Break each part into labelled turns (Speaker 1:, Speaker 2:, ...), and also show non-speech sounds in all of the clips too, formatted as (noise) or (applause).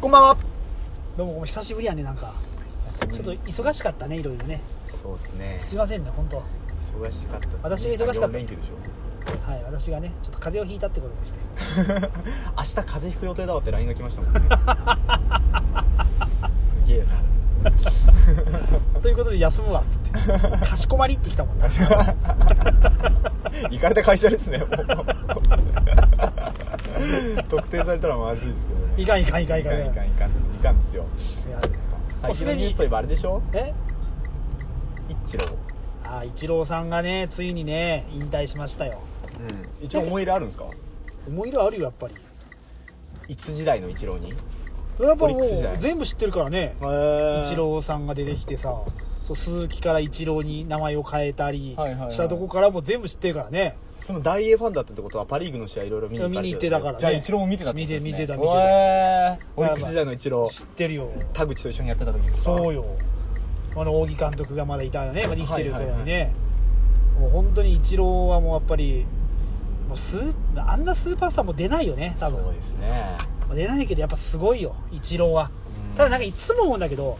Speaker 1: こんばんは
Speaker 2: どうもお久しぶりやねなんか
Speaker 1: 久し
Speaker 2: ちょっ
Speaker 1: ぶ
Speaker 2: と
Speaker 1: り
Speaker 2: 忙しかったねいろいろね
Speaker 1: そうですね
Speaker 2: すいませんね本当は
Speaker 1: 忙しかった
Speaker 2: 私が忙しかっ
Speaker 1: 4
Speaker 2: た
Speaker 1: 連休でしょ
Speaker 2: い私がねちょっと風邪をひいたってことでして
Speaker 1: (laughs) 明日風邪ひく予定だわって LINE が来ましたもんねすげえな
Speaker 2: ということで休むわっ
Speaker 1: (laughs)
Speaker 2: つってかしこまりってきたもんね
Speaker 1: 行かれた会社ですねもう (laughs) 特定されたらまずいですけどね
Speaker 2: いかんいかんいかんい
Speaker 1: い
Speaker 2: か
Speaker 1: か
Speaker 2: ん
Speaker 1: んいかんいかんですいかんですよ
Speaker 2: いやも
Speaker 1: 最
Speaker 2: うす
Speaker 1: 近の
Speaker 2: で
Speaker 1: ニュー
Speaker 2: に
Speaker 1: スといえばあれでしょ
Speaker 2: え
Speaker 1: 一郎
Speaker 2: ああ一郎さんがねついにね引退しましたよ
Speaker 1: うん一応思い入れあるんですか
Speaker 2: 思い入れあるよやっぱり
Speaker 1: いつ時代の一郎に
Speaker 2: やっぱ
Speaker 1: オリ
Speaker 2: も
Speaker 1: ッ
Speaker 2: う
Speaker 1: クス時代
Speaker 2: 全部知ってるからね一
Speaker 1: 一
Speaker 2: 郎さんが出てきてさそう鈴木から一郎に名前を変えたり
Speaker 1: はいはいはい
Speaker 2: したとこからもう全部知ってるからね
Speaker 1: でも大英ファンだったってことはパ・リーグの試合いろいろ見に行かれ
Speaker 2: 見に行ってたからね
Speaker 1: じゃあ一郎も見てたってことです、ね、
Speaker 2: 見て見てた見てた
Speaker 1: おえオリックス時代の一郎
Speaker 2: 知ってるよ
Speaker 1: 田口と一緒にやってた時ですか
Speaker 2: そう
Speaker 1: よ
Speaker 2: よあの扇監督がまだいたよね、まだ生きてる頃にね、
Speaker 1: は
Speaker 2: もう本当にイチローはもうやっぱりもうスーあんなスーパースターも出ないよね多
Speaker 1: そう
Speaker 2: 分
Speaker 1: ですね
Speaker 2: 出ないけどやっぱすごいよイチローは
Speaker 1: うん
Speaker 2: ただなんかいつも思うんだけど
Speaker 1: はい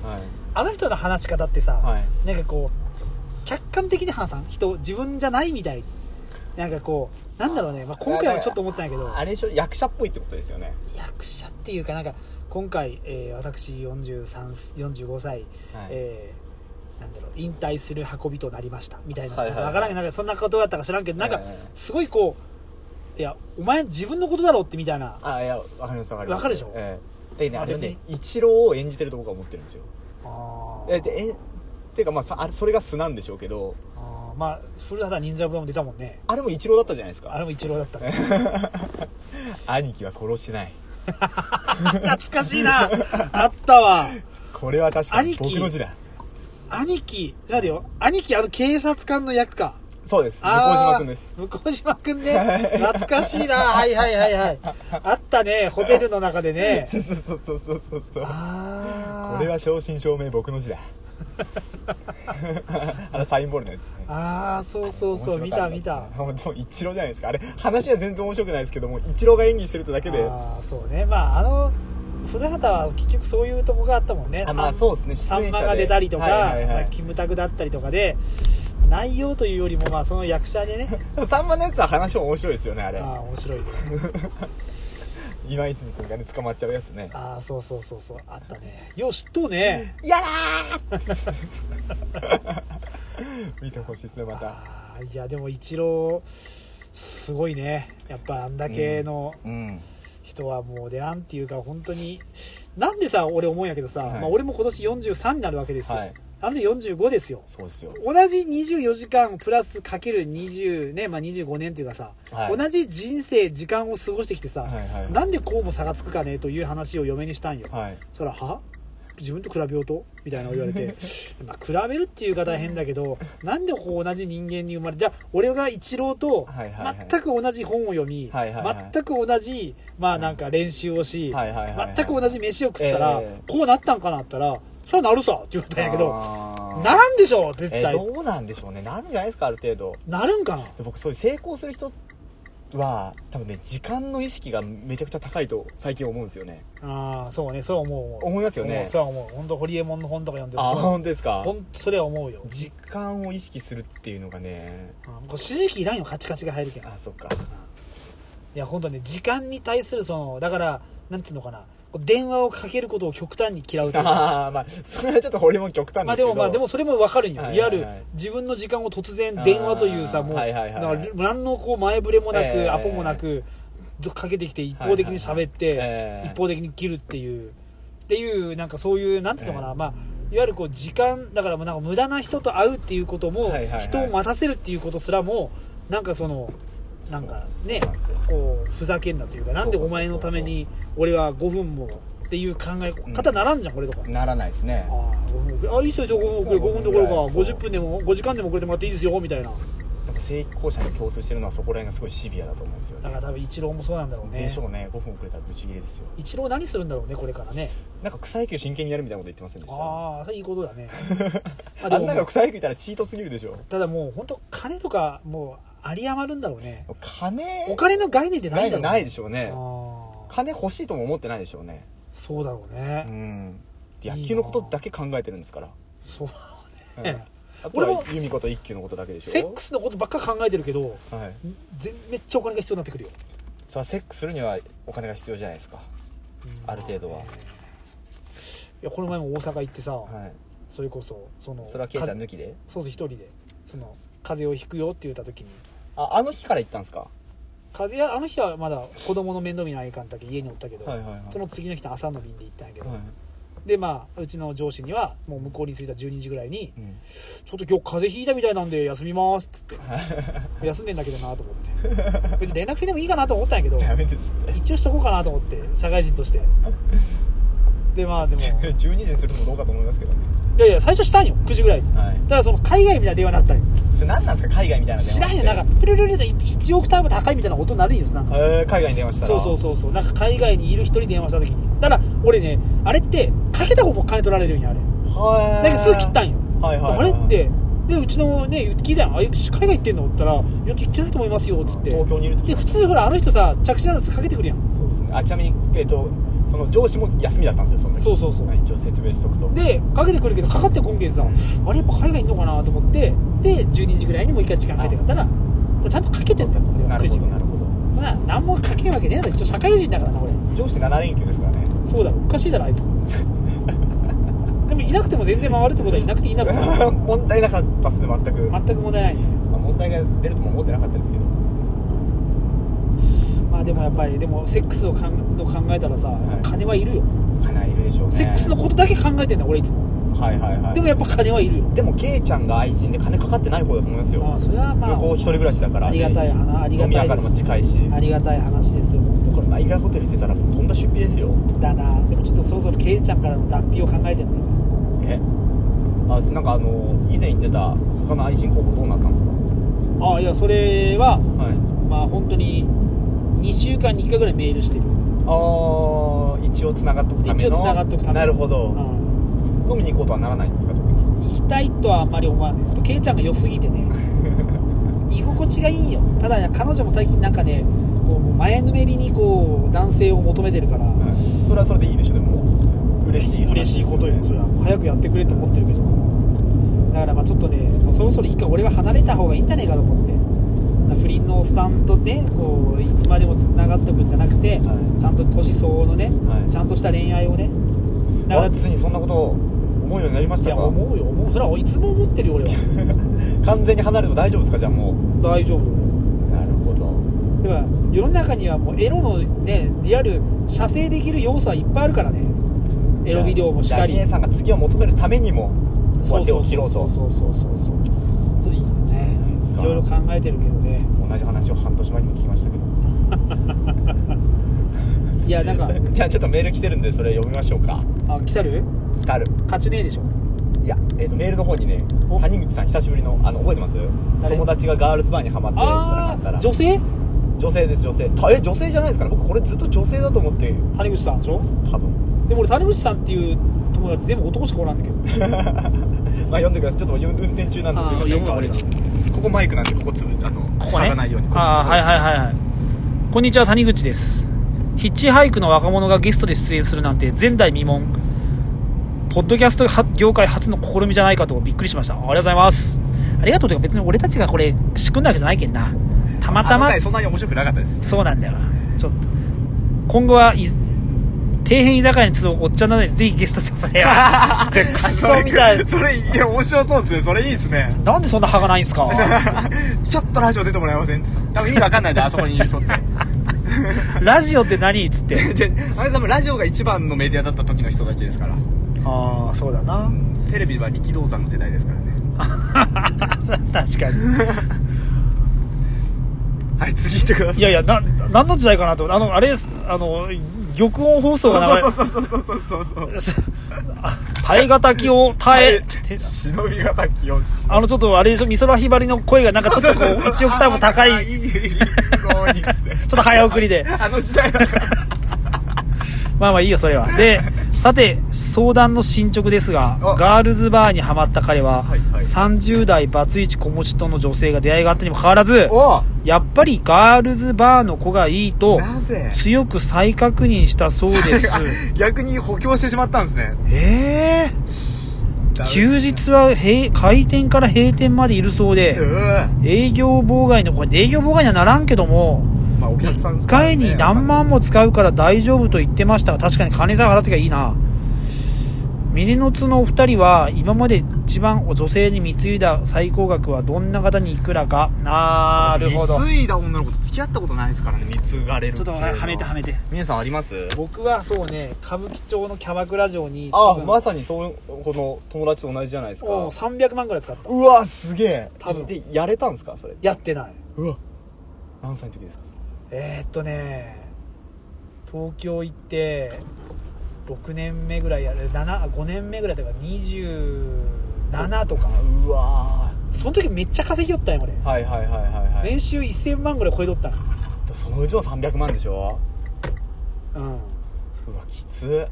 Speaker 2: あの人の話し方ってさ、
Speaker 1: はい
Speaker 2: なんかこう客観的に話さん人自分じゃないみたいなんかこうなんだろうね、まあ、今回はちょっと思ってないけど
Speaker 1: あれでしょ役者っぽいってことですよね
Speaker 2: 役者っていうかなんか今回、えー私43 45歳、えーなんだろう引退する運びとなりましたみたいな,、
Speaker 1: はいはいはい
Speaker 2: なんか分からんなんかそんなことだったか知らんけどなんか
Speaker 1: はいはいはい
Speaker 2: すごいこういやお前自分のことだろうってみたいな
Speaker 1: あいやわかりますわかります
Speaker 2: わかるでしょ
Speaker 1: ええでね
Speaker 2: まあ
Speaker 1: あれ
Speaker 2: 別
Speaker 1: ね
Speaker 2: に
Speaker 1: 一郎を演じてるとこが思ってるんですよ
Speaker 2: あー
Speaker 1: えでえっていうかまあさあれそれが素なんでしょうけど
Speaker 2: あーまあ古畑任三郎も出たもんね
Speaker 1: あれも一郎だったじゃないです
Speaker 2: あ
Speaker 1: か
Speaker 2: れも一郎だった (laughs) ね
Speaker 1: 兄貴は殺してない
Speaker 2: 懐かしいなあったわ
Speaker 1: これは確かに
Speaker 2: 兄貴
Speaker 1: 僕の字だ
Speaker 2: 兄貴待ってよ兄貴あの警察官の役か
Speaker 1: そうです向島
Speaker 2: あー
Speaker 1: 君です
Speaker 2: 向島くんね懐かしいなはいはいはいはいあったねホテルの中でね
Speaker 1: (laughs) そうそうそうそうそうそうそう
Speaker 2: ああ
Speaker 1: これは正真正銘僕の字だあのサインボールのやつね
Speaker 2: ああそうそうそう
Speaker 1: 面白
Speaker 2: 見
Speaker 1: か
Speaker 2: た
Speaker 1: った
Speaker 2: 見た
Speaker 1: あもうでも一郎じゃないですかあれ話は全然面白くないですけども一郎が演技してるってだけであ
Speaker 2: ああそうねまああの古畑は結局そういうとこがあったもんね
Speaker 1: まあそうですね
Speaker 2: サ
Speaker 1: 出
Speaker 2: ン
Speaker 1: 演
Speaker 2: マ
Speaker 1: 者
Speaker 2: が出たりとか、
Speaker 1: はいはいはい
Speaker 2: キムタクだったりとかで内容というよりもまあその役者で
Speaker 1: (laughs)
Speaker 2: ね
Speaker 1: サンマのやつは話も面白いですよねあ
Speaker 2: あ
Speaker 1: れ
Speaker 2: あ面白いね
Speaker 1: 今泉君がね捕まっちゃうやつね
Speaker 2: ああそうそうそうそうあったねよう知っとうね
Speaker 1: やだー見てほしいですねまた
Speaker 2: ああいやでも一郎すごいねやっぱあんだけの
Speaker 1: うん
Speaker 2: 人はもう出らんっていうか本当になんでさ俺思うんやけどさ、
Speaker 1: はい
Speaker 2: まあ、俺も今年43になるわけですよ、
Speaker 1: はい
Speaker 2: あので45ですよ
Speaker 1: そうですよ
Speaker 2: 同じ24時間プラスかける20ね、まあ、25年というかさ、
Speaker 1: はい
Speaker 2: 同じ人生時間を過ごしてきてさ、
Speaker 1: はいはい
Speaker 2: なんでこうも差がつくかねという話を嫁にしたんよ、
Speaker 1: はい
Speaker 2: そしたら「は自分と比べようと?」みたいなのを言われ
Speaker 1: (laughs)
Speaker 2: てまあ比べるっていう言い方は変だけどなんでこう同じ人間に生まれじゃあ俺が一郎と
Speaker 1: はいはいはい
Speaker 2: 全く同じ本を読み、
Speaker 1: はいはいはい
Speaker 2: 全く同じまあなんか練習をし、
Speaker 1: はいはいはいはい
Speaker 2: 全く同じ飯を食ったら、
Speaker 1: ええ
Speaker 2: こうなったんかなったら「それはなるさ」って言われたんやけど
Speaker 1: あー
Speaker 2: ならんでしょ絶
Speaker 1: え
Speaker 2: 対、
Speaker 1: どうなんでしょうねなるんじゃないですかある程度
Speaker 2: なるんかな
Speaker 1: で僕そういう成功する人は多分ね時間の意識がめちゃくちゃ高いと最近思うんですよね
Speaker 2: ああそうねそれは思う思う
Speaker 1: 思いますよ
Speaker 2: 思
Speaker 1: ね
Speaker 2: うそれは思う本当ホリエモンの本とか読んで
Speaker 1: ああ
Speaker 2: も
Speaker 1: 本当ですか
Speaker 2: 本当それは思うよ
Speaker 1: 時間を意識するっていうのがね
Speaker 2: あーこれ指示器いらんよカチカチが入るけん
Speaker 1: あそ
Speaker 2: (laughs)
Speaker 1: っか
Speaker 2: いや本当ね時間に対するそのだからなんていうのかなこう電話をかけることを極端に嫌うというか
Speaker 1: ああまあそれはちょっとホリエモン極端
Speaker 2: ま
Speaker 1: で
Speaker 2: あ
Speaker 1: すけ
Speaker 2: で
Speaker 1: ど
Speaker 2: もまあでもそれも分かるんよ、
Speaker 1: はいいはいはい
Speaker 2: わゆる自分の時間を突然電話というさ
Speaker 1: あー
Speaker 2: もう、
Speaker 1: はいはいはいはい
Speaker 2: なんか何のこう前触れもなく、
Speaker 1: ええ
Speaker 2: アポもなくどかけてきて一方的に喋って、
Speaker 1: はいはいはいええ
Speaker 2: 一方的に切るっていうっていうなんかそういうなんていうのかな、まあいわゆるこう時間だからもうなんか無駄な人と会うっていうことも、
Speaker 1: はいはいはい
Speaker 2: 人を待たせるっていうことすらもなんかそのなんかね
Speaker 1: そうなんですよ
Speaker 2: こうふざけんなというかなんでお前のために俺は5分もっていう考え方ならんじゃん、これとか。
Speaker 1: ならないですね
Speaker 2: ああ5分遅れあいいっすよ5分遅れ5分どころか50分でも5時間でも遅れてもらっていいですよみたいな
Speaker 1: なんか成功者に共通してるのはそこら辺がすごいシビアだと思うんですよ
Speaker 2: だ
Speaker 1: ね
Speaker 2: から多分イチローもそうなんだろうね
Speaker 1: でしょうね5分遅れたらブチギレですよ
Speaker 2: イチロー何するんだろうねこれからね
Speaker 1: なんか草野球真剣にやるみたいなこと言ってませんでした
Speaker 2: ああそれいいこと
Speaker 1: (laughs)
Speaker 2: だねまあ
Speaker 1: あ
Speaker 2: で
Speaker 1: ん
Speaker 2: も
Speaker 1: なが草野球いたらチートすぎるでしょ
Speaker 2: ただもう本当金とかもう有り余るんだろうね
Speaker 1: 金
Speaker 2: お金の概念ってないんだろう、ね、
Speaker 1: ないでしょうね
Speaker 2: ああ
Speaker 1: 金欲しいとも思ってないでしょうね
Speaker 2: そうだろう
Speaker 1: う
Speaker 2: ね、
Speaker 1: ん
Speaker 2: いいな
Speaker 1: 野球のことだけ考えてるんですから
Speaker 2: そう
Speaker 1: うん
Speaker 2: ね
Speaker 1: あとは
Speaker 2: 俺も
Speaker 1: 由美子と一休のことだけでしょ
Speaker 2: (laughs) セックスのことばっか考えてるけど
Speaker 1: はい
Speaker 2: ぜめっちゃお金が必要になってくるよ、
Speaker 1: それはセックスするにはお金が必要じゃないですか
Speaker 2: うん
Speaker 1: ある程度は
Speaker 2: まあねいやこの前も大阪行ってさ、
Speaker 1: はい
Speaker 2: それこそその
Speaker 1: それはケイちゃん抜きで
Speaker 2: そうそう一人でその風邪をひくよって言った時に
Speaker 1: ああの日から行ったんですか
Speaker 2: 風邪やあの日はまだ子供の面倒見ないかんだけ家におったけど、
Speaker 1: はいはいはい
Speaker 2: その次の日の朝の便で行ったんやけど、
Speaker 1: はい
Speaker 2: でまあうちの上司にはもう向こうに着いた12時ぐらいに
Speaker 1: うん
Speaker 2: 「ちょっと今日風邪ひいたみたいなんで休みます」っつって休んでんだけどなと思って別に連絡先でもいいかなと思ったんやけど
Speaker 1: ダメですって
Speaker 2: 一応しとこうかなと思って社会人としてでま
Speaker 1: (laughs)
Speaker 2: あでもい
Speaker 1: 12時にするのもどうかと思いますけどね
Speaker 2: やいや最初したんよ9時ぐらいに
Speaker 1: はい
Speaker 2: ただその海外みたいな電話になったり
Speaker 1: それ何なんですか海外みたいな電話
Speaker 2: 知らんよ
Speaker 1: って
Speaker 2: なんかプルルルで1オクターブ高いみたいな音になるんよなんか
Speaker 1: えー海外に電話したら
Speaker 2: そうそうそうそうなんか海外にいる人に電話した時にだから俺ねあれってかけた方も金取られるんやあれ
Speaker 1: は
Speaker 2: だ
Speaker 1: い
Speaker 2: けどすぐ切ったんよ、
Speaker 1: はいはいはい
Speaker 2: あれってでうちのね聞いたやんあれ海外行ってんのって言ったら「いや行ってないと思いますよ」っつって
Speaker 1: 東京にいるって
Speaker 2: で普通ほらあの人さ着信なんですかけてくるやん
Speaker 1: そうですねあちなみにえっとその上司も休みだったんですよその時
Speaker 2: そうそうそう
Speaker 1: はい一応説明しとくと
Speaker 2: でかけてくるけどかかってこんけんさあれやっぱ海外いんのかなと思ってで12時ぐらいにもう一回時間かけてやったらちゃんとかけてんだよ俺
Speaker 1: な
Speaker 2: は
Speaker 1: る
Speaker 2: 9
Speaker 1: ほ
Speaker 2: 時
Speaker 1: どなるほど
Speaker 2: まあ何もかけんわけねえだろ一応社会人だからな俺
Speaker 1: 上司7連休ですからね
Speaker 2: そうだろおかしい
Speaker 1: (laughs)
Speaker 2: だろあいつでもいなくても全然回るってことはいなくていいんだろ
Speaker 1: (laughs) 問題なかったっすね全く、ま
Speaker 2: 全く問題ないね
Speaker 1: あ問題が出るとも思ってなかったですけど
Speaker 2: まあでもやっぱりでもセックスをかんの考えたらさ、
Speaker 1: い
Speaker 2: 金はいるよ
Speaker 1: 金いるでしょうね
Speaker 2: セックスのことだけ考えてんだ俺いつも
Speaker 1: はいはいはい
Speaker 2: でもやっぱ金はいるよ
Speaker 1: でもケイちゃんが愛人で金かかってない方だと思います
Speaker 2: ま
Speaker 1: よ
Speaker 2: あそれはま
Speaker 1: 旅行一人
Speaker 2: あ
Speaker 1: 暮らしだから
Speaker 2: ありがたい話ありが
Speaker 1: 飲み
Speaker 2: た
Speaker 1: 屋
Speaker 2: い
Speaker 1: からも
Speaker 2: です
Speaker 1: 近いし
Speaker 2: ありがたい話ですよ本
Speaker 1: これマイガーホテル出たらもうとんだ出費ですよ
Speaker 2: 当だなでもちょっとそろそろケイちゃんからの脱皮を考えてんの今
Speaker 1: えあなんかあの以前言ってた他の愛人候補どうなったんですか
Speaker 2: ああいやそれは
Speaker 1: はい
Speaker 2: まあ本当に2週間に1回ぐらいメールしてる、
Speaker 1: ああ一応つながっとくための
Speaker 2: 一応繋がっとくための
Speaker 1: なるほど、
Speaker 2: うん
Speaker 1: 飲みに行こうとはならないんですか特に
Speaker 2: 行きたいとはあんまり思わないやっぱケイちゃんが良す
Speaker 1: (laughs)
Speaker 2: ぎてね居心地がいいよただね彼女も最近なんかねこう前のめりにこう男性を求めてるから、
Speaker 1: はいそれはそれでいいでしょでも嬉しい話
Speaker 2: 嬉しいことよそれは早くやってくれと思ってるけどだからまあちょっとねもうそろそろ一回俺は離れた方がいいんじゃねえかと思って不倫のスタンドねこういつまでもつながっておくんじゃなくて、
Speaker 1: はい
Speaker 2: ちゃんと年相応のね、
Speaker 1: はい
Speaker 2: ちゃんとした恋愛をねだから
Speaker 1: あついにそんなことを思うようになりまし
Speaker 2: い
Speaker 1: た
Speaker 2: や
Speaker 1: か
Speaker 2: 思うよ思うそれはいつも思ってる
Speaker 1: (laughs)
Speaker 2: よ俺は
Speaker 1: 完全に離れても大丈夫ですかじゃあも
Speaker 2: 大丈夫
Speaker 1: うなるほど
Speaker 2: では世の中にはもうエロのねリアル射精できる要素はいっぱいあるからねエロビデオもしっかり
Speaker 1: ジャニーさんが次を求めるためにもこうやって手を切ろうと
Speaker 2: そうそうそうそうそうちょっとね
Speaker 1: そう
Speaker 2: いろいろ考えてるけどね
Speaker 1: 同じ話を半年前にも聞きましたけど
Speaker 2: いやなんか
Speaker 1: (laughs) じゃあちょっとメール来てるんでそれ読みましょうか
Speaker 2: あ来たる
Speaker 1: 来たる
Speaker 2: 勝ちねえでしょ
Speaker 1: いや、えー、とメールの方にね
Speaker 2: お
Speaker 1: 谷口さん久しぶりのあの覚えてます
Speaker 2: 誰
Speaker 1: 友達がガールズバーにハマって
Speaker 2: あ
Speaker 1: みたいなのがあ
Speaker 2: あ
Speaker 1: った
Speaker 2: 女
Speaker 1: ら
Speaker 2: 性
Speaker 1: 女性です女性たえ女性じゃないですから僕これずっと女性だと思って
Speaker 2: 谷口さんでしょ
Speaker 1: 多分
Speaker 2: でも俺谷口さんっていう友達全部男しかおらんだけど
Speaker 1: まあ読んでくださいちょっと運転中なんですよ
Speaker 2: あー読むわ俺が
Speaker 1: ここマイクなんでここつぶあの
Speaker 2: ね
Speaker 1: 塞がないように
Speaker 2: ああはいはいはいはいこんにちは谷口ですヒッチハイクの若者がゲストで出演するなんて前代未聞ポッドキャスト業界初の試みじゃないかとびっくりしましたありがとうございますありがとうというか別に俺たちがこれ仕組んだわけじゃないけんなたまた
Speaker 1: あの
Speaker 2: ま
Speaker 1: 回そんなに面白くなかったです
Speaker 2: そうなんだよちょっと今後はい底辺居酒屋に集うおっちゃんなのでぜひゲストしてくださいよでクソみたい
Speaker 1: それいや面白そうですねそれいいですね (laughs)
Speaker 2: なんでそんな歯がないんすか
Speaker 1: ちょっとラジオ出てもらえません多分意味わかんないであそこにいる人って
Speaker 2: ラジオって何っつって
Speaker 1: じゃああれ多分ラジオが一番のメディアだった時の人たちですから
Speaker 2: ああそうだな
Speaker 1: テレビは力道山の世代ですからね
Speaker 2: (laughs) 確かに
Speaker 1: はい次行ってください
Speaker 2: いやいやな何の時代かなと思ってあのあれですあの玉音放送が流れ
Speaker 1: そうそうそうそうそうそうそう
Speaker 2: あ (laughs) 耐え難きを耐えて
Speaker 1: 忍びがたきを
Speaker 2: あのちょっとあれでしょ美空ひばりの声がなんかちょっとこう1オクターブ高いち
Speaker 1: いいいいいいいもういいですね
Speaker 2: ょっと早送りで
Speaker 1: あの時代だから
Speaker 2: まあまあいいよそれはでさて、相談の進捗ですが
Speaker 1: あ、
Speaker 2: ガールズバーにハマった彼は、
Speaker 1: はいはい
Speaker 2: 30代バツイチ子持ちとの女性が出会いがあったにもかかわら
Speaker 1: (laughs)
Speaker 2: ず、
Speaker 1: お
Speaker 2: やっぱりガールズバーの子がいいと、
Speaker 1: なぜ。
Speaker 2: 強く再確認したそうです
Speaker 1: (laughs) 逆に補強してしまったんですね
Speaker 2: えー、休日は閉開店から閉店までいるそう
Speaker 1: う
Speaker 2: で、
Speaker 1: ー
Speaker 2: 営業妨害の、これ営業妨害にはならんけども、
Speaker 1: まあお客さんです
Speaker 2: 1
Speaker 1: からね
Speaker 2: 回に何万も使うから大丈夫と言ってましたが確かに金さえ払ってきゃいいな峰の津のお二人は今まで一番女性に貢いだ最高額はどんな方にいくらかなるほどち
Speaker 1: 貢いだ女の子と付き合ったことないですからね貢がれる
Speaker 2: ょっとはめてはめて
Speaker 1: 皆さんあります
Speaker 2: 僕はそうね歌舞伎町のキャバクラ城に
Speaker 1: あ
Speaker 2: 多分
Speaker 1: まさにそうこの友達と同じじゃないです
Speaker 2: うん
Speaker 1: か
Speaker 2: 300万ぐらい使った
Speaker 1: うわすげえ
Speaker 2: 多分
Speaker 1: でやれたんですかそれ
Speaker 2: やってないう
Speaker 1: わ何歳の時ですかそれ
Speaker 2: えー、っとね東京行って6年目ぐらいやる5年目ぐらいだから27とか
Speaker 1: うわ
Speaker 2: その時めっちゃ稼ぎよったんよ俺、
Speaker 1: ーはいはいはいはいはい
Speaker 2: 年収1000万ぐらい超えとった
Speaker 1: そのうちの300万でしょ
Speaker 2: のうん
Speaker 1: うわきつ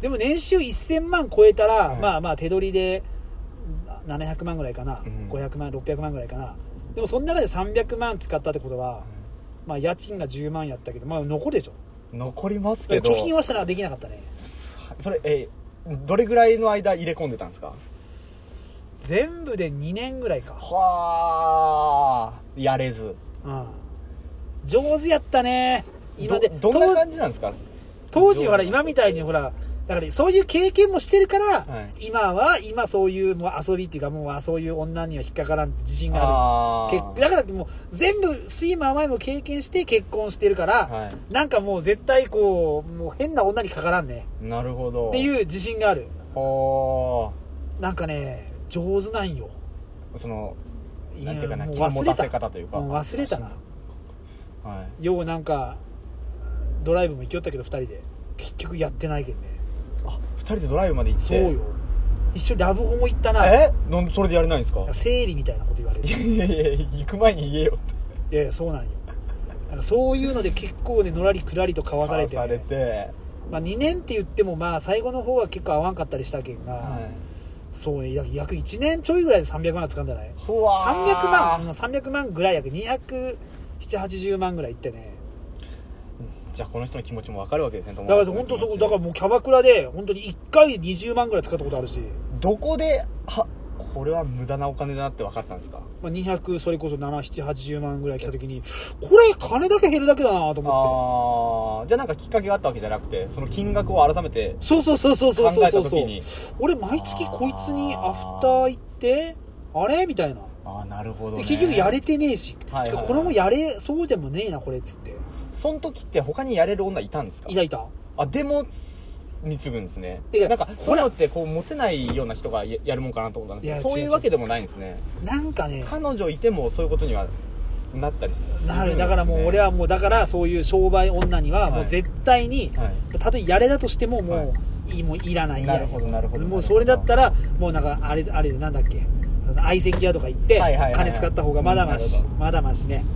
Speaker 2: でも年収1000万超えたら、
Speaker 1: はい
Speaker 2: まあまあ手取りでな700万ぐらいかな、
Speaker 1: うん
Speaker 2: 500万600万ぐらいかなでもその中で300万使ったってことは、まあ家賃が10万やったけどまあ残るでしょ
Speaker 1: 残りますけ
Speaker 2: 貯
Speaker 1: ど
Speaker 2: 金はしたらできなかったね
Speaker 1: それえーどれぐらいの間入れ込んでたんですか
Speaker 2: 全部で2年ぐらいか
Speaker 1: はあやれず
Speaker 2: うん上手やったね今で
Speaker 1: どどんな感じなんですか
Speaker 2: 当時はほら今みたいにほらだからそういう経験もしてるから、
Speaker 1: は
Speaker 2: 今は今そういうもう遊びっていうかもうそういう女には引っかからんって自信があ
Speaker 1: あ
Speaker 2: る
Speaker 1: ー
Speaker 2: けだからもう全部睡魔前も経験して結婚してるから、
Speaker 1: は
Speaker 2: なんかもう絶対こうもう変な女にかからんね
Speaker 1: いなるほど
Speaker 2: って
Speaker 1: う
Speaker 2: いう自信がある
Speaker 1: ほ
Speaker 2: なんかね上手なんよ
Speaker 1: ーその
Speaker 2: い
Speaker 1: な
Speaker 2: や
Speaker 1: んていうかな
Speaker 2: もう
Speaker 1: 気の持
Speaker 2: 忘れ
Speaker 1: た
Speaker 2: た
Speaker 1: せ方というか
Speaker 2: もう忘れたな
Speaker 1: はい
Speaker 2: ようなんかドライブも行きよったけど2人で結局やってないけんね
Speaker 1: あ二人でドライブまで行って
Speaker 2: そうよ一緒にラブホも行ったな
Speaker 1: えなんでそれでやれないんですか
Speaker 2: 生理みたいなこと言われる
Speaker 1: いやいやいや行く前に言えよって
Speaker 2: いやいやそうなんよなんかそういうので結構ねのらりくらりとかわされて,、
Speaker 1: 交わされて
Speaker 2: まあ、2年って言ってもまあ最後の方は結構合わんかったりしたけんが、
Speaker 1: はい
Speaker 2: そうね約約1年ちょいぐらいで300万は使うんじゃない
Speaker 1: ほわー
Speaker 2: 300万うん300万ぐらいやけ2780万ぐらいいってね
Speaker 1: じゃあこの人の気持ちもわかるわけですね友
Speaker 2: だから
Speaker 1: 達の
Speaker 2: 本当そ
Speaker 1: 気持
Speaker 2: こ
Speaker 1: ち
Speaker 2: だからもうキャバクラで本当に1回20万ぐらい使ったことあるし、
Speaker 1: どこではこれは無駄なお金だなって分かったんですか
Speaker 2: まあ、200それこそ7780万ぐらい来た時にこれ金だけ減るだけだなと思っ
Speaker 1: ああじゃあなんかきっかけがあったわけじゃなくてその金額を改めて
Speaker 2: てそうそうそうそうそ
Speaker 1: 考
Speaker 2: うそう
Speaker 1: え
Speaker 2: そ
Speaker 1: た
Speaker 2: う
Speaker 1: 時に
Speaker 2: 俺毎月こいつにアフター行ってあれみたいな
Speaker 1: ああなるほど、
Speaker 2: で
Speaker 1: ね、
Speaker 2: 結局やれてねえし、
Speaker 1: はいはい
Speaker 2: てかこれもやれそうでもねえなこれっつって
Speaker 1: その時って他にやれる女いたんですか
Speaker 2: いたいた
Speaker 1: あでも貢ぐんですね
Speaker 2: いや
Speaker 1: なんか
Speaker 2: ほら
Speaker 1: そういうのってこうモテないような人がややるもんかなと思ったんですけ
Speaker 2: い
Speaker 1: ど
Speaker 2: や
Speaker 1: そうい
Speaker 2: 違う違
Speaker 1: う
Speaker 2: う
Speaker 1: わけでもないんですね
Speaker 2: なんかね
Speaker 1: 彼女いてもそういうことにはなったりするんです、ね、
Speaker 2: なるだからもう俺はもうだからそういう商売女にはもう絶対に、
Speaker 1: はい
Speaker 2: たとえやれだとしてももういいもういらない
Speaker 1: なるほどなるほど
Speaker 2: もうそれだったらもうなんかあれあれなんだっけあの相席屋とか行って
Speaker 1: はいはいはいはい
Speaker 2: 金使った方がまだまし
Speaker 1: なるほ
Speaker 2: まだましね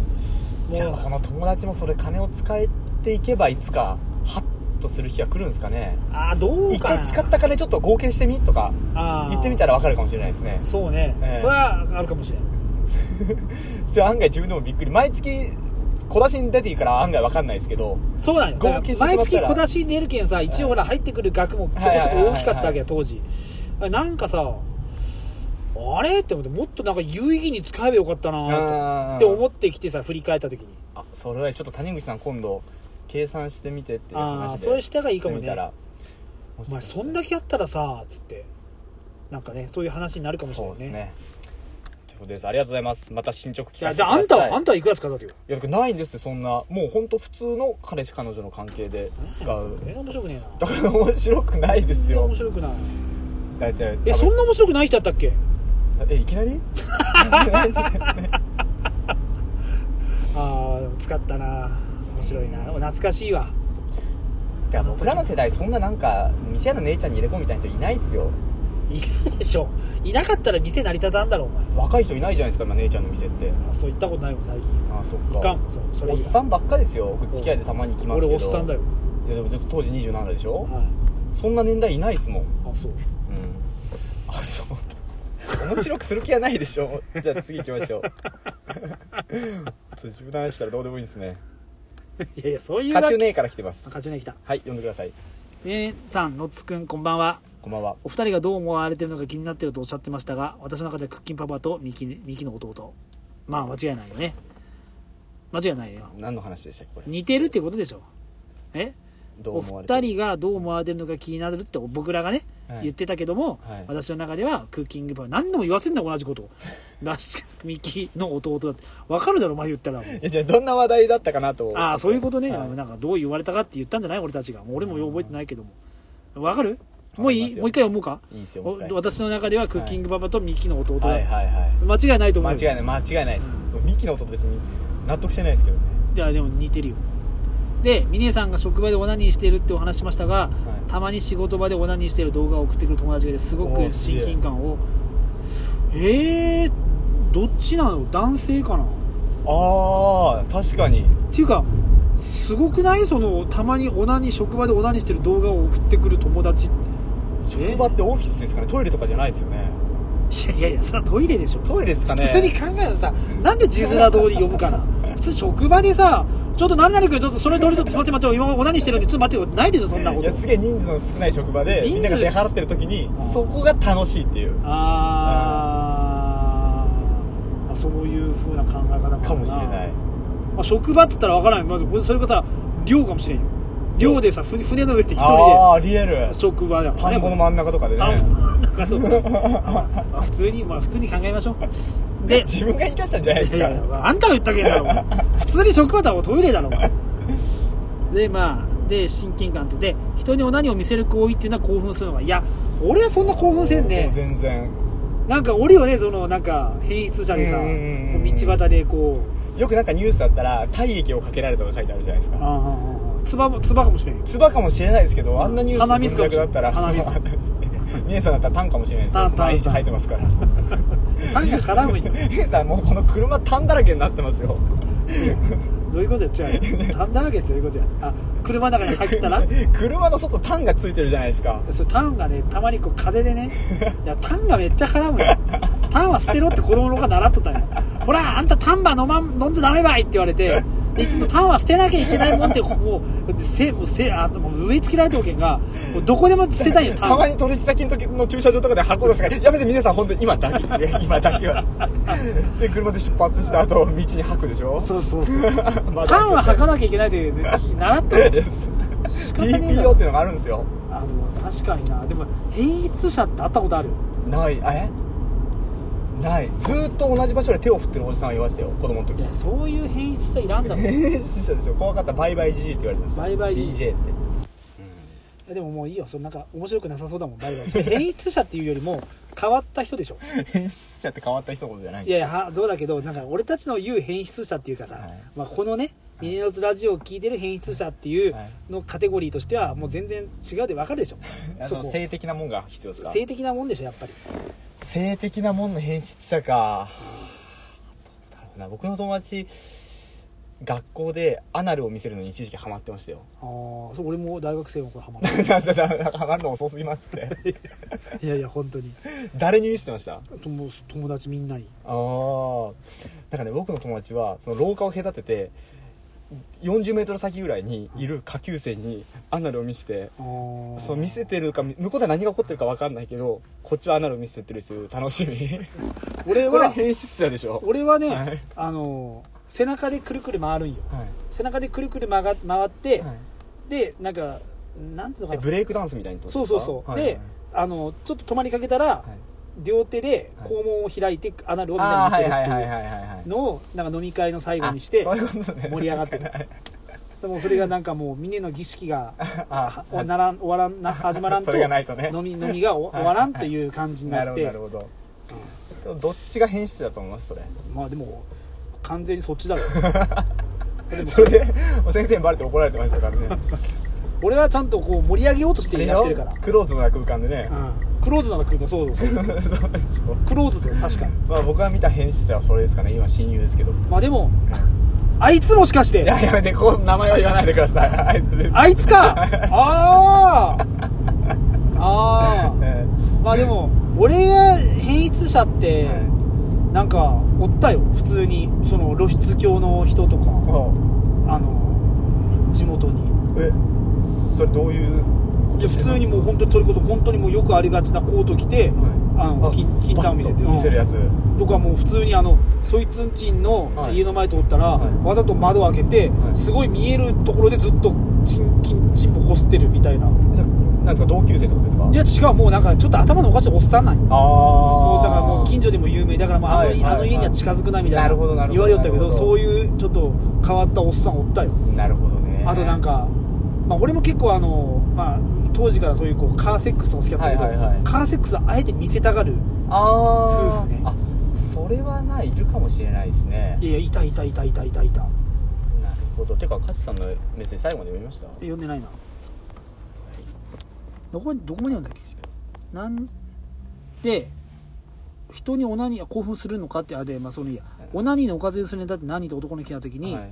Speaker 1: じゃあこ
Speaker 2: も
Speaker 1: の
Speaker 2: う
Speaker 1: 友達もそれ金を使っていけばいつかハッとする日が来るんですかね
Speaker 2: ああどう
Speaker 1: 一
Speaker 2: か
Speaker 1: 回
Speaker 2: な
Speaker 1: 使った金ちょっと合計してみとか
Speaker 2: あー
Speaker 1: 言ってみたら分かるかもしれないですね
Speaker 2: そうね、
Speaker 1: ええ
Speaker 2: それはあるかもしれない
Speaker 1: それ案外自分でもびっくり毎月小出しに出ていいから案外分かんないですけど
Speaker 2: そうなんよ
Speaker 1: 合計してしまったら
Speaker 2: 毎月小出しに出るけんさ一応ほら入ってくる額もそこそこ大きかったわけや当時なんかさあれって思ってもっとなんか有意義に使えばよかった
Speaker 1: うん
Speaker 2: なって思ってきてさ振り返った時に
Speaker 1: あそれはちょっと谷口さん今度計算してみてっていう話
Speaker 2: あ
Speaker 1: で
Speaker 2: あそれしたがいい
Speaker 1: い
Speaker 2: かもね
Speaker 1: もし
Speaker 2: お
Speaker 1: か
Speaker 2: 前
Speaker 1: した
Speaker 2: そ
Speaker 1: ら
Speaker 2: んだけやったらさつってなんかねそういう話になるかもしれ
Speaker 1: そう
Speaker 2: ない
Speaker 1: で
Speaker 2: ね
Speaker 1: すねということですありがとうございますまた進捗聞
Speaker 2: いや
Speaker 1: かせ
Speaker 2: じ
Speaker 1: てくだ
Speaker 2: ゃ
Speaker 1: さい
Speaker 2: ああんたはあん
Speaker 1: た
Speaker 2: たはいくら使ったわけよ
Speaker 1: いやだからないんですってそんなもう本当普通の彼氏彼女の関係で使う
Speaker 2: 全然面白くね
Speaker 1: だから面白くないで
Speaker 2: え
Speaker 1: す
Speaker 2: な
Speaker 1: よ
Speaker 2: 面白くない
Speaker 1: 大体
Speaker 2: えそんな面白くない人だったっけ
Speaker 1: えいき
Speaker 2: (laughs)
Speaker 1: なり
Speaker 2: ああ使ったな面白いな懐かしいわ
Speaker 1: いや僕らの世代そんななんか店屋の姉ちゃんに入れ込むみたいな人いないですよ
Speaker 2: いるでしょいなかったら店成り立たんだろお前
Speaker 1: 若い人いないじゃないですか今姉ちゃんの店って
Speaker 2: あそう行ったことないもん最近
Speaker 1: あそっ
Speaker 2: い
Speaker 1: か
Speaker 2: かんもんそそれ
Speaker 1: おっ
Speaker 2: 以
Speaker 1: さ
Speaker 2: 外
Speaker 1: んばっかですよ僕付き合いでたまに行きますけ
Speaker 2: 俺
Speaker 1: ど
Speaker 2: おっさんだよ
Speaker 1: いやでも当時27でしょ
Speaker 2: はい
Speaker 1: そんな年代いないですもん、うん、
Speaker 2: あそう
Speaker 1: あそうだ面白くする気はないでしょじゃあ次行きましょう (laughs) ちょっと自分の話したらどうでもいいですね
Speaker 2: いやいやそういう
Speaker 1: カチュ
Speaker 2: ね
Speaker 1: ネーから来てます
Speaker 2: カチュネ来た
Speaker 1: はい読んでください
Speaker 2: ねえさんのつくんこんばんは
Speaker 1: こんばんは
Speaker 2: お二人がどう思われてるのか気になってるとおっしゃってましたが私の中ではクッキンパパとミキミキの弟まあ間違いないよね間違いないよ
Speaker 1: 何の話でしたっけこれ
Speaker 2: 似てるってことでしょえ
Speaker 1: どう
Speaker 2: お
Speaker 1: 思われて
Speaker 2: 二
Speaker 1: る
Speaker 2: 人がどう思われてるのか気になるって僕らがね、
Speaker 1: はい
Speaker 2: 言ってたけども、
Speaker 1: はい
Speaker 2: 私の中ではクッキングパパ何度も言わせんな同じことをラッシュミキの弟だって分かるだろお前言ったら
Speaker 1: えじゃあどんな話題だったかなと
Speaker 2: ああそういうことね、
Speaker 1: はい
Speaker 2: なんかどう言われたかって言ったんじゃない俺たちがもう俺もよう覚えてないけども分かるもう
Speaker 1: わかりま
Speaker 2: い
Speaker 1: す
Speaker 2: い
Speaker 1: よ
Speaker 2: もう一回思うか
Speaker 1: いいですよもう一回
Speaker 2: お私の中ではクッキングパパとミキの弟だ、
Speaker 1: はいはいはい
Speaker 2: 間違いないと思
Speaker 1: 間
Speaker 2: う
Speaker 1: 違いない間違いないです、ミキの音と別に納得してないですけどね
Speaker 2: いやでも似てるよで峰さんが職場でオナニーしてるってお話ししましたが、
Speaker 1: い
Speaker 2: たまに仕事場でオナニーしてる動画を送ってくる友達がいてすご
Speaker 1: おー
Speaker 2: く
Speaker 1: すげえ
Speaker 2: 親近感をえー、どっちなの男性かなっ
Speaker 1: ああ確かに
Speaker 2: ていうかすごくないそのたまにオナニー職場でオナニーしてる動画を送ってくる友達
Speaker 1: 職場ってオフィスですかねトイレとかじゃないですよね
Speaker 2: いやいやいやそれはトイレでしょ
Speaker 1: トイレですかね
Speaker 2: 普通に考えたらさなんで字面通り読むかな普通職場でさちょっと何々君ちょっとそれ通りとすいません待って今オナニーしてるんでちょっと待ってよないでしょそんなこ
Speaker 1: い
Speaker 2: と
Speaker 1: やすげえ人数の少ない職場で
Speaker 2: 人数
Speaker 1: みんなが出払ってる時に
Speaker 2: うん
Speaker 1: そこが楽しいっていう
Speaker 2: あー、まあそういうふうな考え方もあるな
Speaker 1: かもしれない、
Speaker 2: まあ、職場って言ったら分からんよ、まあ、それこそ漁かもしれんよ漁でさふ船の上で一
Speaker 1: あ
Speaker 2: 人
Speaker 1: あリアル
Speaker 2: で職場だもん
Speaker 1: 田んぼの
Speaker 2: ね
Speaker 1: 真ん中とかでね
Speaker 2: 田んぼの (laughs) 中とかまあ普通にまあ普通に考えましょうで
Speaker 1: 自分が言い出したんじゃないです
Speaker 2: い
Speaker 1: か
Speaker 2: やいやまああんたが言ったけんだろお
Speaker 1: (laughs)
Speaker 2: 前普通に職場だろトイレだろお前でまあで親近感とで人にお何を見せる行為っていうのは興奮するのがいや俺はそんな興奮せんね
Speaker 1: 全然
Speaker 2: なんか俺よねそのなんか変質者でさ
Speaker 1: うんうんうんうん
Speaker 2: こう道端でこう
Speaker 1: よくなんかニュースだったら体液をかけられるとか書いてあるじゃないですか
Speaker 2: つばもつばかもしれん
Speaker 1: (laughs)
Speaker 2: よ
Speaker 1: 唾かもしれないですけどあんなニュースの
Speaker 2: 鼻水かもしれ
Speaker 1: だ
Speaker 2: ん
Speaker 1: ったら
Speaker 2: 鼻水
Speaker 1: (laughs) 姉さんだったらタンかもしれないです
Speaker 2: タ
Speaker 1: よ
Speaker 2: ンタン
Speaker 1: 毎日入ってますから (laughs)
Speaker 2: なんか絡むんよ
Speaker 1: 姉さんもうこの車タンだらけになってますよ
Speaker 2: どういうことや違うよタンだらけってどういうことやあ車の中に入ったら
Speaker 1: 車の外タンがついてるじゃないですか
Speaker 2: そうタンがねたまにこう風でねいやタンがめっちゃ絡むよタンは捨てろって子供の頃から習っとったんよほらあんたタンバ飲まん飲んじゃダメばいって言われてでいつもタンは捨てなきゃいけないもんってもうせもうせあもう植え付けられたおけんがもうどこでも捨てたいよタン
Speaker 1: たまに取引先の時の駐車場とかで箱ですからやめて皆さん本当に今だけ (laughs) 今だけはで車で出発した後道に吐くでしょ
Speaker 2: そうそうそう
Speaker 1: まだ
Speaker 2: タンは履かなきゃいけないというね習ったの仕方ねえだ
Speaker 1: TPO
Speaker 2: ろ
Speaker 1: っていうのがあるんですよ
Speaker 2: あでも確かになでも変質者って会ったことあるよ
Speaker 1: ないあえないずーっと同じ場所で手を振ってるおじさんがいましたよ子供の
Speaker 2: い
Speaker 1: 時
Speaker 2: やそういう変質者いらんだろい
Speaker 1: ええしたでしょ怖かったバイバイジジイって言われてました
Speaker 2: バイバイジジ
Speaker 1: DJ って
Speaker 2: やでももういいよそのなんか面白くなさそうだもんバイバイそれ変質者っていうよりも (laughs) 変わった人でしょ
Speaker 1: 変質者って変わった人のことじゃない
Speaker 2: いやいやはどうだけどなんか俺たちの言う変質者っていうかさ、
Speaker 1: はい
Speaker 2: まあ、このね「ミネロズラジオ」を聞いてる変質者っていう
Speaker 1: はい
Speaker 2: のカテゴリーとしてはもう全然違うで分かるでしょ
Speaker 1: (laughs) あ
Speaker 2: そ
Speaker 1: の
Speaker 2: こ
Speaker 1: 性的なもんが必要ですか
Speaker 2: 性的なもんでしょやっぱり
Speaker 1: 性的なもんの変質者かどうだろうな僕の友達学校でアナルを見せるのに一時期ハマってましたよ (laughs)
Speaker 2: ああそう俺も大学生の頃ハマった
Speaker 1: なんかハマるの遅すぎますって
Speaker 2: いやいや本当に
Speaker 1: 誰に見せてましたあ
Speaker 2: 友友達みんなに
Speaker 1: あなんかね僕の友達はその廊下を隔てて4 0ル先ぐらいにいる下級生にアナルを見せてそう見せてるか向こうでは何が起こってるか分かんないけどこっちはアナル見せてる人楽しみ
Speaker 2: 俺
Speaker 1: これ
Speaker 2: は
Speaker 1: 変質者でしょ
Speaker 2: 俺はね、
Speaker 1: はい
Speaker 2: あの背中でくるくる回るんよ
Speaker 1: はい
Speaker 2: 背中でくるくる曲が回って、
Speaker 1: はい
Speaker 2: でなんかなんつうのか
Speaker 1: え
Speaker 2: な
Speaker 1: ブレイクダンスみたいにってこと
Speaker 2: そう
Speaker 1: です
Speaker 2: そ
Speaker 1: か
Speaker 2: う
Speaker 1: は
Speaker 2: そう、
Speaker 1: い
Speaker 2: であのちょっと止まりかけたら、
Speaker 1: はい
Speaker 2: 両手で
Speaker 1: はい
Speaker 2: 肛門を開いてアナルをみん
Speaker 1: あ
Speaker 2: な
Speaker 1: あはい
Speaker 2: に見せるっ
Speaker 1: はい
Speaker 2: て
Speaker 1: はい
Speaker 2: い
Speaker 1: は
Speaker 2: う
Speaker 1: いはい
Speaker 2: のをなんか飲み会の最後にし
Speaker 1: あ
Speaker 2: て
Speaker 1: そういうことね
Speaker 2: 盛り上がってるでもそれがなんかもう峰の儀式
Speaker 1: (laughs)
Speaker 2: が
Speaker 1: あ
Speaker 2: おならん終わらんな始まらん
Speaker 1: そ
Speaker 2: と
Speaker 1: れがないとね
Speaker 2: 飲み飲みがお終わらんという感じに
Speaker 1: な
Speaker 2: な
Speaker 1: る
Speaker 2: っ
Speaker 1: ほど
Speaker 2: て
Speaker 1: なるほどでもどっちが変質だと思いますそれ
Speaker 2: まあでも完全にそっちだろでも
Speaker 1: それで先生にバレて怒られてましたからね
Speaker 2: 俺はちゃんとこう盛り上げようとしてやってるから
Speaker 1: でしょクローズドな空間でね、
Speaker 2: うんクローズなら来るのそうそう
Speaker 1: そうでしょ
Speaker 2: クローズと確かに
Speaker 1: まあ僕が見た変質者はそれですかね今親友ですけど
Speaker 2: まあでもあいつもしかし
Speaker 1: い
Speaker 2: て
Speaker 1: ややめてこう名前は言わないでくださいあいつです
Speaker 2: あいつかああ
Speaker 3: 者って、なんかおったよ普通にその露出狂の人とか
Speaker 1: あ
Speaker 3: あの地元に
Speaker 1: えそれどういうこ
Speaker 3: いや
Speaker 1: と
Speaker 3: 普通にもう本当にそれこそ本当にもうよくありがちなコート着て、あの金金玉見せて
Speaker 1: 見せるやつ、
Speaker 3: 僕はもう普通にあのそいつんちんの
Speaker 1: はい
Speaker 3: 家の前通ったら、
Speaker 1: はい
Speaker 3: わざと窓開けて、
Speaker 1: はい
Speaker 3: すごい見えるところでずっとチンキンチンポこすってるみたいな
Speaker 1: じゃなんですか同級生ってことです
Speaker 3: い
Speaker 1: か
Speaker 3: や違うもうなんかちょっと頭のおかしいおっさんなんよ
Speaker 1: あ
Speaker 3: も
Speaker 1: あ
Speaker 3: うだからもう近所でも有名だからもうあの,、
Speaker 1: はいはい
Speaker 3: あの家には近づくなみたいな
Speaker 1: なるほどなるほ
Speaker 3: 言
Speaker 1: ど
Speaker 3: われよったけど
Speaker 1: なるほど
Speaker 3: そういうちょっと変わったおっさんおったよ
Speaker 1: なるほどね
Speaker 3: あとなんか、まあ、俺も結構あの、まあ、当時からそういうこうカーセックスが好きだったけど、
Speaker 1: はいはいはい
Speaker 3: カーセックスはあえて見せたがる
Speaker 1: あ
Speaker 3: 夫
Speaker 1: ー
Speaker 3: 婦ね
Speaker 1: あそれはないいるかもしれないですね
Speaker 3: いやいやいたいたいたいたいたいた
Speaker 1: なるほどてか勝さんのメッセージ最後まで読みました
Speaker 3: え読んでないなどこまでどこまで読んだっけなんで人にオナニーあ興奮するのかってあでまあそのいいやオナニーのおかずにするネタって何って男の気な時に、
Speaker 1: はい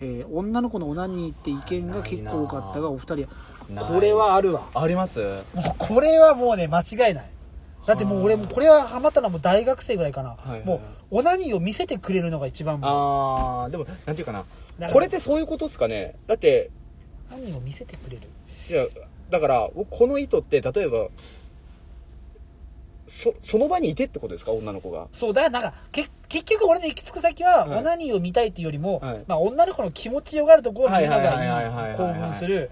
Speaker 3: えー女の子のオナニーって意見が結構多かったがお二人
Speaker 1: ない
Speaker 3: これはあるわ
Speaker 1: あります
Speaker 3: もうこれはもうね間違いないだってもう俺もこれはハマったのはもう大学生ぐらいかな、
Speaker 1: いはいはい
Speaker 3: もうオナニーを見せてくれるのが一番もう
Speaker 1: あーでもなんていうかな
Speaker 3: なんか
Speaker 1: これってそういうことですかねだって
Speaker 3: オナニーを見せてくれる
Speaker 1: いやだから僕この意図って例えばそその場にいてってことですか女の子が
Speaker 2: そうだからなんかけ結局俺の行き着く先は、
Speaker 1: はい
Speaker 2: オナニーを見たいっていうよりも、
Speaker 1: はい
Speaker 2: まあ、女の子の気持ちよがるとこをみんな
Speaker 1: はいはいはいはいはい
Speaker 2: がい
Speaker 1: はい
Speaker 2: い興奮する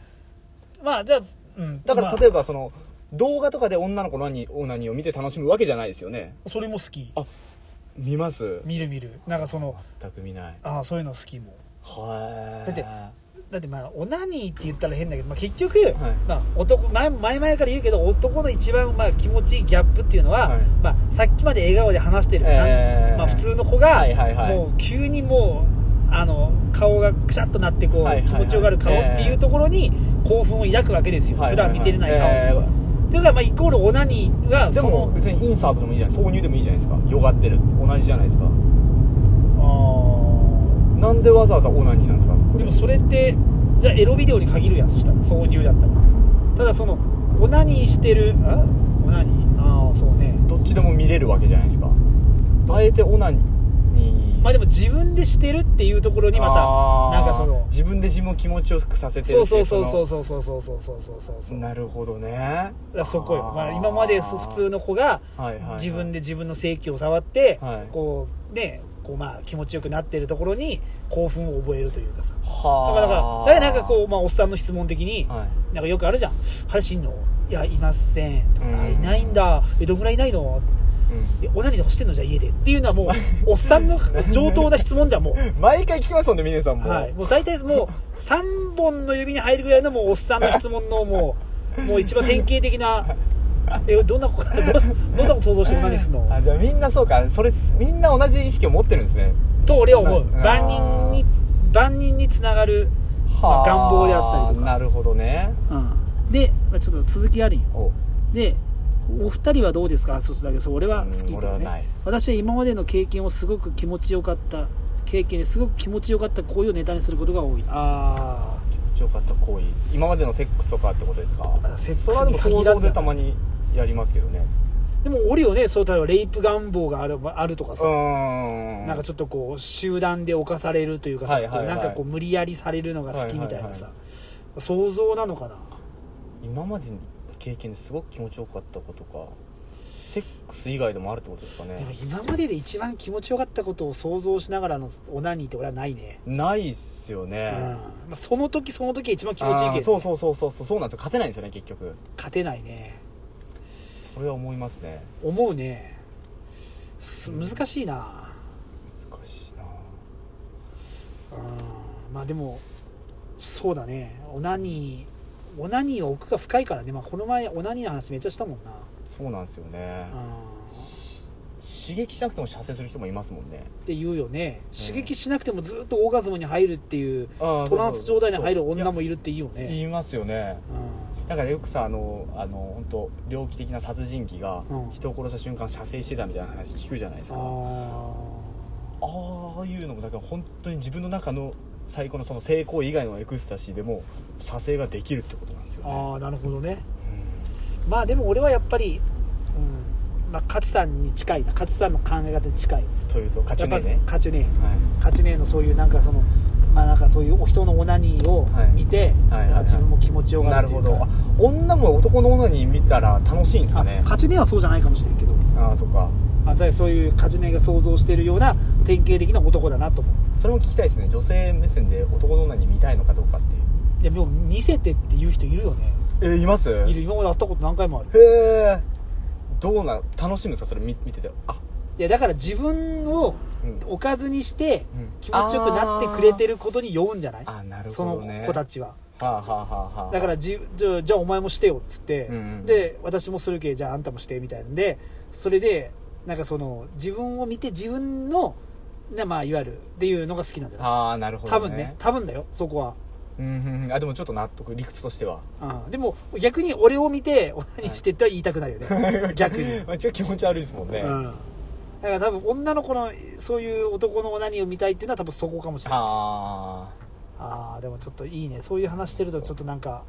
Speaker 2: まあじゃあ、うん、
Speaker 1: だか
Speaker 2: ま
Speaker 1: ら
Speaker 2: あ
Speaker 1: 例えばその動画とかで女の子の何オナニーを見て楽しむわけじゃないですよね
Speaker 2: それも好き
Speaker 1: あ見ます
Speaker 2: 見る見るなんかその
Speaker 1: 全く見ない
Speaker 2: ああそういうの好きも
Speaker 1: はい
Speaker 2: だってだってまあオナニーって言ったら変だけど、まあ、結局、まあ、男前前々から言うけど男の一番まあ気持ちいいギャップっていうのは、
Speaker 1: はい
Speaker 2: まあ、さっきまで笑顔で話してる、なん
Speaker 1: えー
Speaker 2: まあ、普通の子が、
Speaker 1: はいはいはい
Speaker 2: もう急にもうあの顔がくしゃっとなってこう、
Speaker 1: はいはいはい
Speaker 2: 気持ちよがる顔っていうところに興奮を抱くわけですよ、普段見せれない顔、
Speaker 1: えー
Speaker 2: というか、まあ、イコールオナニーが
Speaker 1: で
Speaker 2: そ
Speaker 1: も
Speaker 2: の
Speaker 1: 別にインサートでもいいじゃない挿入でもいいじゃないですかよがってる同じじゃないですか
Speaker 2: あ
Speaker 1: なんでわざわざオナニーなんですか
Speaker 2: ーでもそれってじゃあエロビデオに限るやんそしたら挿入だったらただそのオナニーしてるあオナニーああそうね
Speaker 1: どっちでも見れるわけじゃないですかあえてオナニー
Speaker 2: まあでも自分でしてるっていうところにま
Speaker 1: あー
Speaker 2: たなんかその
Speaker 1: 自分で自分を気持ちよくさせて
Speaker 2: そ
Speaker 1: る
Speaker 2: うそうそう
Speaker 1: ってい
Speaker 2: そうそうそうそうそうそうそうそう
Speaker 1: そのなるほどね
Speaker 2: だからそこよ
Speaker 1: あー
Speaker 2: まあ、今までそ普通の子が
Speaker 1: はいはいはい
Speaker 2: 自分で自分の性器を触って、
Speaker 1: はい
Speaker 2: こうねこうまあ気持ちよくなってるところに興奮を覚えるというかさだからだ
Speaker 1: はあ
Speaker 2: からだからなんかこう、まあ、おっさんの質問的に、
Speaker 1: はい
Speaker 2: なんかよくあるじゃん彼氏いんのいやいませんとか、
Speaker 1: うん
Speaker 2: あいないんだえどんぐらいいないの
Speaker 1: う
Speaker 2: えオナニーでしてんのじゃあ家でっていうのはもう
Speaker 1: (laughs)
Speaker 2: おっさんの上等な質問じゃんも
Speaker 1: ん毎回聞きますもんね峰さん
Speaker 2: う
Speaker 1: も
Speaker 2: はいもう大体もう3本の指に入るぐらいのもうおっさんの質問のもうもう一番典型的なえどんな子どんどんなこと想像してオナニーすんの
Speaker 1: あ (laughs) じゃあみんなそうかそれみんな同じ意識を持ってるんですね
Speaker 2: と俺は思う
Speaker 1: あー
Speaker 2: 万人に万人につながる、ま
Speaker 1: は
Speaker 2: あ、願望であったりとか、
Speaker 1: なるほどね
Speaker 2: うん、でまあちょっと続きあるんよ
Speaker 1: お
Speaker 2: でお二人はどうですかあそうそうだけどそう俺は好き
Speaker 1: うん俺
Speaker 2: とか
Speaker 1: はな
Speaker 2: ね
Speaker 1: い
Speaker 2: 私は今までの経験をすごく気持ちよかった経験ですごく気持ちよかった行為をネタにすることが多いあ
Speaker 1: 気持ちよかった行為今までのセックスとかってことですか
Speaker 2: あセックス
Speaker 1: それはでも
Speaker 2: に
Speaker 1: 想
Speaker 2: 限ら
Speaker 1: 像
Speaker 2: ず
Speaker 1: でたまにやりますけどね
Speaker 2: でもおるよねそう例えばレイプ願望があるあるとか
Speaker 1: う
Speaker 2: さ、
Speaker 1: ーん
Speaker 2: なんかちょっとこう集団で侵されるというかさ、
Speaker 1: はいはいはい
Speaker 2: こうなんかこう無理やりされるのが好きみたいなさ、
Speaker 1: はい
Speaker 2: 想像なのかな
Speaker 1: 今までの経験ですごく気持ちよかったことかセックス以外でもあるってことですか
Speaker 2: でも
Speaker 1: ね
Speaker 2: 今までで一番気持ちよかったことを想像しながらのオナニーって俺はないね、
Speaker 1: ないっすよ
Speaker 2: うん
Speaker 1: ね、
Speaker 2: まあ、その時その時が一番気持ちいい
Speaker 1: あ
Speaker 2: け
Speaker 1: ー
Speaker 2: ど
Speaker 1: そうそうそうそうそうそうなんですよ勝てないんですよね結局
Speaker 2: 勝てないね
Speaker 1: それは思いますね
Speaker 2: 思うねす難しいな
Speaker 1: 難しいな
Speaker 2: うんまあでもそうだねオナニーオナニーは奥が深いからね、まあ、この前オナニーの話めっちゃしたもんな
Speaker 1: そうなんですよね
Speaker 2: うん
Speaker 1: 刺激しなくても射精する人もいますもんね
Speaker 2: って言うよね刺激しなくてもずっとオーガズムに入るっていう
Speaker 1: ト
Speaker 2: トランス状態に入る女もいるっていいよ
Speaker 1: 言
Speaker 2: ね
Speaker 1: いますよね
Speaker 2: うん
Speaker 1: だからよくさあのあの本当猟奇的な殺人鬼が
Speaker 2: うん
Speaker 1: 人を殺した瞬間射精してたみたいな話聞くじゃないです
Speaker 2: あ
Speaker 1: か、ああいうのもだから本当に自分の中の最高のその成功以外のエクスタシーでも射精ができるってことなんですよ
Speaker 2: ー
Speaker 1: ね
Speaker 2: あーなるほどねまあでも俺はやっぱり、うんまあ、勝さんに近いな勝さんの考え方に近い
Speaker 1: というとカチ
Speaker 2: や
Speaker 1: ュ
Speaker 2: っ
Speaker 1: ネ
Speaker 2: ぱ
Speaker 1: ーね
Speaker 2: カチュネ
Speaker 1: はい
Speaker 2: カチュネのそういうなんかそのまあなんかそういうお人のオナニーを見て、
Speaker 1: はいはいはい
Speaker 2: なんか自分も気持ちよが
Speaker 1: な
Speaker 2: る
Speaker 1: る
Speaker 2: とい
Speaker 1: ほ
Speaker 2: うか
Speaker 1: どあ女も男の女に見たら楽しいんですかね
Speaker 2: あカチュネはそうじゃないかもしれんけど
Speaker 1: ああそっか
Speaker 2: あだからそういうカチュネが想像してるような典型的な男だなと思う
Speaker 1: それも聞きたいですね女性目線で男の女に見たいのかどうかっていう
Speaker 2: いやでも見せてっていう人いるよね
Speaker 1: えいます
Speaker 2: いる今まで会ったこと何回もある
Speaker 1: へえどうな楽しむんですかそれ見見ててあ
Speaker 2: いやだから自分を
Speaker 1: うん
Speaker 2: おかずにして
Speaker 1: うん
Speaker 2: 気持ちよくなってくれてることに酔うんじゃない、
Speaker 1: あなる
Speaker 2: そ
Speaker 1: ほ
Speaker 2: の
Speaker 1: どね
Speaker 2: 子たちは
Speaker 1: はあ、はあはあはあ、
Speaker 2: だからじじゃあじゃあお前もしてよっつって、
Speaker 1: うんうん
Speaker 2: で私もするけじゃああんたもしてみたいなんでそれでなんかその自分を見て自分のねまあいわゆるっていうのが好きなんじゃない
Speaker 1: ああなるほ
Speaker 2: 多
Speaker 1: ど、ね、
Speaker 2: 分ね多分だよそこは、
Speaker 1: うんうんあでもちょっと納得理屈としては
Speaker 2: うん、でも逆に俺を見て何してっては言いたくないよね逆に
Speaker 1: (laughs) まあ一応気持ち悪いですもんね、
Speaker 2: うん、だから多分女の子のそういう男の何を見たいっていうのは多分そこかもしれない
Speaker 1: あ
Speaker 2: ああでもちょっといいねそういう話してるとちょっとなんか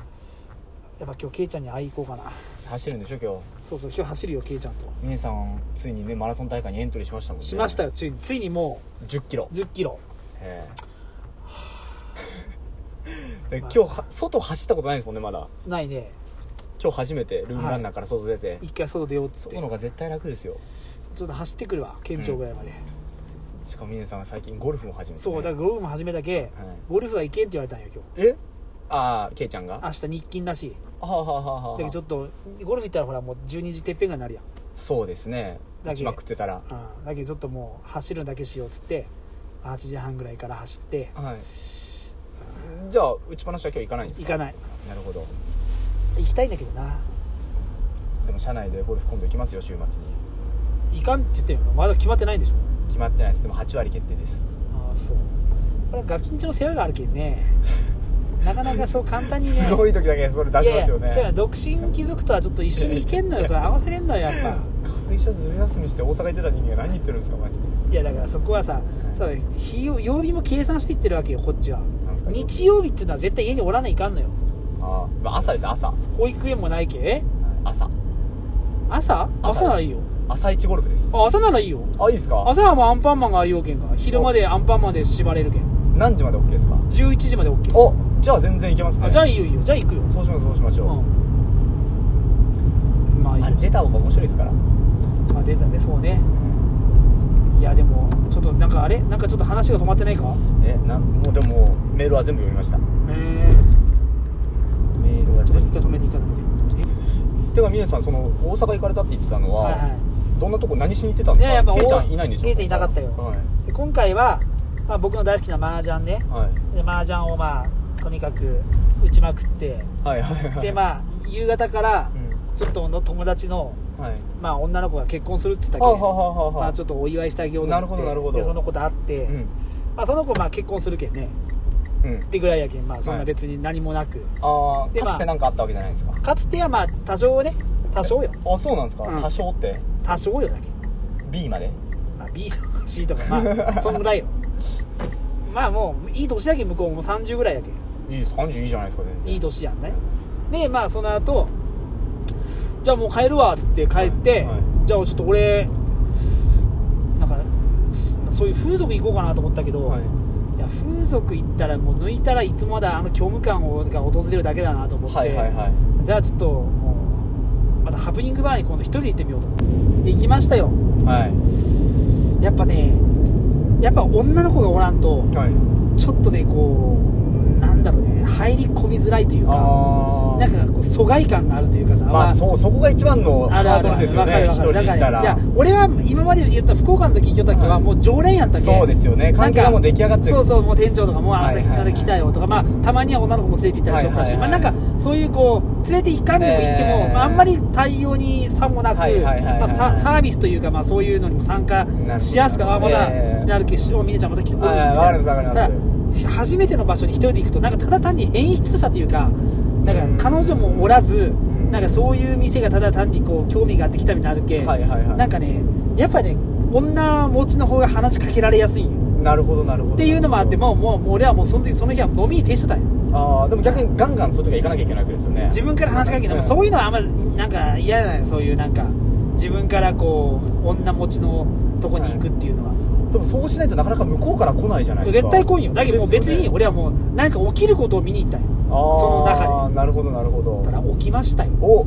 Speaker 2: やっぱ今日ケイちゃんに会い行こうかな
Speaker 1: あ走るんでしょ今
Speaker 2: そうそう今日走るよケイちゃんと
Speaker 1: 日姉さんついにねマラソン大会にエントリーしましたもんね
Speaker 2: しましたよついについにも
Speaker 1: 1 0キロ
Speaker 2: う1 0キロ
Speaker 1: へえで今日は外走ったことないですもんねまだ
Speaker 2: ないね
Speaker 1: 今日初めてルームランナーから外出て、
Speaker 2: 一回外出ようっつって
Speaker 1: 外の方が絶対楽ですよ
Speaker 2: ちょっと走ってくるわ県庁ぐらいまで、
Speaker 1: しかも峰さんが最近ゴルフも始めて、ね、
Speaker 2: そうだからゴルフも始めたけ、ゴルフは行けんって言われたんよ今日
Speaker 1: えああケイちゃんが
Speaker 2: 明日日勤らしい
Speaker 1: あはあはあはあ
Speaker 2: だ
Speaker 1: は
Speaker 2: けどちょっとゴルフ行ったらほらもう12時てっぺんがなるやん
Speaker 1: そうですね
Speaker 2: だけ
Speaker 1: 打ちまくってたら
Speaker 2: うん、だけどちょっともう走るだけしようっつって8時半ぐらいから走って
Speaker 1: はいじゃあ打ちっぱなしは今日行かないんです
Speaker 2: 行
Speaker 1: か
Speaker 2: かない
Speaker 1: なるほど
Speaker 2: 行きたいんだけどな
Speaker 1: でも社内でゴルフ今度行きますよ週末に
Speaker 2: 行かんって言ってるのまだ決まってないんでしょ
Speaker 1: 決まってないですでも8割決定です
Speaker 2: ああそうこれはガキンチョの世話があるけんねなかなかそう簡単にね
Speaker 1: すごい時だけそれ出しますよね
Speaker 2: いやいやそうや独身貴族とはちょっと一緒に行けんのよそれ合わせれんのよやっ
Speaker 1: (laughs)
Speaker 2: ぱ
Speaker 1: 会社ずる休みして大阪行ってた人間が何言ってるんですかマジで
Speaker 2: いやだからそこはさそう日を曜日も計算していってるわけよこっちは
Speaker 1: なんすか
Speaker 2: 日曜日っていうのは絶対家におらないかんのよ
Speaker 1: ああ、まあ、朝です朝
Speaker 2: 保育園もないけえ
Speaker 1: 朝
Speaker 2: 朝朝ならいいよ
Speaker 1: 朝一ゴルフです
Speaker 2: あ朝ならいいよ
Speaker 1: あいいですか
Speaker 2: 朝はもうアンパンマンがありようけんが昼までアンパンマンで縛れるけん
Speaker 1: 何時まで OK ですか
Speaker 2: 11時まで OK
Speaker 1: おじゃあ全然行けますね
Speaker 2: あじゃあいいよいいよじゃあ行くよ
Speaker 1: そうしましょうそうしましょう、
Speaker 2: うんまあいい
Speaker 1: あれ出た方が面白いですから、
Speaker 2: まあ出たねそうねいやでもちょっとなんかあれなんかちょっと話が止まってないか
Speaker 1: えなんもうでもメールは全部読みましたメ
Speaker 2: え
Speaker 1: ールは
Speaker 2: え
Speaker 1: 全
Speaker 2: 一
Speaker 1: 部
Speaker 2: 回止めて一回止めて
Speaker 1: てか峰さんその大阪行かれたって言ってたのは、
Speaker 2: はいは
Speaker 1: どんなとこ何しに行ってたんですか
Speaker 2: いややっぱ
Speaker 1: ケイちゃんいないんでしょ
Speaker 2: ケイちゃんいなかったよ
Speaker 1: はい
Speaker 2: いで今回は、まあ、僕の大好きな麻雀ね
Speaker 1: はい
Speaker 2: で麻雀をまあとにかく打ちまくって
Speaker 1: はいはいはい
Speaker 2: でまあ夕方から
Speaker 1: うん
Speaker 2: ちょっとの友達の
Speaker 1: はい
Speaker 2: まあ女の子が結婚するって言ってた
Speaker 1: あ
Speaker 2: け
Speaker 1: は
Speaker 2: ど
Speaker 1: ははは
Speaker 2: まあ、ちょっとお祝いしてあげようと思って
Speaker 1: なるほどなるほど
Speaker 2: でその子と会って、
Speaker 1: うん
Speaker 2: まあ、その子まあ結婚するけんね
Speaker 1: うん
Speaker 2: ってぐらいやけん、まあ、そんな別に何もなく、
Speaker 1: あ
Speaker 2: で
Speaker 1: あ
Speaker 2: ま
Speaker 1: か
Speaker 2: あ
Speaker 1: つて何かあったわけじゃないんですか
Speaker 2: かつてはまあ多少ね多少よ
Speaker 1: あそうなんですか、
Speaker 2: うん
Speaker 1: 多少って
Speaker 2: 多少よだけ、
Speaker 1: B まで
Speaker 2: まあ、B とか C とかまあ (laughs) そんぐらいよまあもういい年だけん向こうも30ぐらいやけん
Speaker 1: いいです30いいじゃないですか全然
Speaker 2: いい年やんねでまあその後じゃあもう帰るわっつって帰って、
Speaker 1: はいはい
Speaker 2: じゃあちょっと俺なんかすそういう風俗行こうかなと思ったけど、
Speaker 1: はいい、
Speaker 2: や風俗行ったらもう抜いたらいつもまだあの虚無感をが訪れるだけだなと思って、
Speaker 1: はいはいはい
Speaker 2: じゃあちょっともうまたハプニングバーに今度一人で行ってみようと思ってで行きましたよ
Speaker 1: はい
Speaker 2: やっぱねやっぱ女の子がおらんと
Speaker 1: はい
Speaker 2: ちょっとねこうなんだろうね入り込みづらいというか
Speaker 1: あ
Speaker 2: な
Speaker 1: あ
Speaker 2: んかこう疎外感があるというかさ
Speaker 1: まあそうそこが一番の
Speaker 2: ある
Speaker 1: ハ
Speaker 2: あ
Speaker 1: ー
Speaker 2: る
Speaker 1: ドル
Speaker 2: あ
Speaker 1: です
Speaker 2: る
Speaker 1: よ
Speaker 2: わか
Speaker 1: ね
Speaker 2: る
Speaker 1: 一
Speaker 2: わか
Speaker 1: 人で
Speaker 2: るだか
Speaker 1: 行った
Speaker 2: らいや
Speaker 1: ら
Speaker 2: 俺は今まで言った福岡の時行きよった時
Speaker 1: は
Speaker 2: はいもう常連やったけ
Speaker 1: そうですよね
Speaker 2: なんか
Speaker 1: 関係がもう出来上がってる
Speaker 2: そうそうもう店長とかもあなた
Speaker 1: はいはいはい
Speaker 2: あなた来たよとかまあたまには女の子も連れて行ったりしよったし
Speaker 1: はい
Speaker 2: ま
Speaker 1: は
Speaker 2: あ
Speaker 1: い
Speaker 2: な
Speaker 1: は
Speaker 2: ん
Speaker 1: い
Speaker 2: かそういうこう連れて行かんでも行って
Speaker 1: え
Speaker 2: も
Speaker 1: ー
Speaker 2: まああんまり対応に差もなく
Speaker 1: はいはいはいはい
Speaker 2: まあさサービスというかまあそういうのにも参加しやすく
Speaker 1: な
Speaker 2: あ
Speaker 1: るほ
Speaker 2: ま
Speaker 1: ど
Speaker 2: だ
Speaker 1: えー
Speaker 2: なるけしおみねちゃんまた来ても
Speaker 1: はいはいわかりますわかり
Speaker 2: ただ初めての場所に一人で行くとなんかただ単に演出者というかなんか彼女もおらず
Speaker 1: ん
Speaker 2: なんかそういう店がただ単にこう興味があって来たみたいになるけ、
Speaker 1: はいはいはい
Speaker 2: なんかねやっぱね女持ちの方が話しかけられやすいんよ
Speaker 1: なるほどなるほど
Speaker 2: っていうのもあってもうもうもう俺はもうその時その日は飲みに徹してたんよ
Speaker 1: ああでも逆にガンガンそういう時は行かなきゃいけないわけですよね
Speaker 2: 自分から話しかけてでも
Speaker 1: うん
Speaker 2: そういうのはあんまりなんか嫌じゃないそういうなんか自分からこう女持ちのとこに行くっていうのは、
Speaker 1: でもそうしないとなかなか向こうから来ないじゃないですか
Speaker 2: 絶対来いよだけどもう別にい
Speaker 1: です
Speaker 2: いよ
Speaker 1: よね
Speaker 2: 俺はもうなんか起きることを見に行ったよその
Speaker 1: あー
Speaker 2: 中
Speaker 1: なるほどなるほ
Speaker 2: でだか
Speaker 1: ど
Speaker 2: ら起きましたよ
Speaker 1: お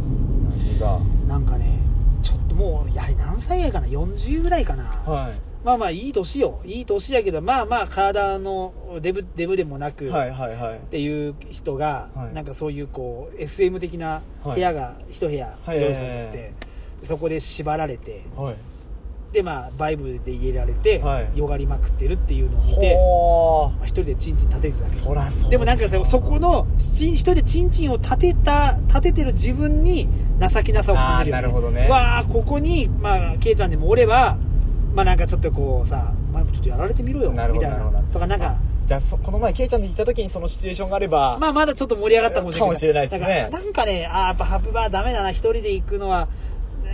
Speaker 1: 何が
Speaker 2: なんかねちょっともうやはり何歳やかな40ぐらいかな、
Speaker 1: はい
Speaker 2: まあまあいい年よいい年やけどまあまあ体のデブデブでもなく、
Speaker 1: はいはいはい
Speaker 2: っていう人が、
Speaker 1: はい
Speaker 2: なんかそういうこう SM 的な部屋が一部屋
Speaker 1: はい
Speaker 2: 用意され
Speaker 1: はいはいはい
Speaker 2: ててそこで縛られて
Speaker 1: はい
Speaker 2: でまあバイブで入れられて、
Speaker 1: はい
Speaker 2: よがりまくってるっていうのを見て、
Speaker 1: ほ
Speaker 2: まあ、一人でチンチン立ててたんですよ
Speaker 1: そらそう
Speaker 2: でもなんかさそこのチン一人でチンチンを立てた立ててる自分に情けなさを感じるよ、
Speaker 1: あーな
Speaker 2: ね、
Speaker 1: るほどね
Speaker 2: わあここにまあケイちゃんでも俺はまあなんかちょっとこうさお前もちょっとやられてみろよみ
Speaker 1: な
Speaker 2: た
Speaker 1: るほ
Speaker 2: い
Speaker 1: どなる
Speaker 2: な
Speaker 1: ほど
Speaker 2: とかなんか
Speaker 1: じゃあそこの前ケイちゃんで行った時にそのシチュエーションがあれば
Speaker 2: まあ、まだちょっと盛り上がったかもしれない
Speaker 1: かもしれないですね
Speaker 2: なんかなんかね、あーやっぱハプバーダメだな、一人で行くのは、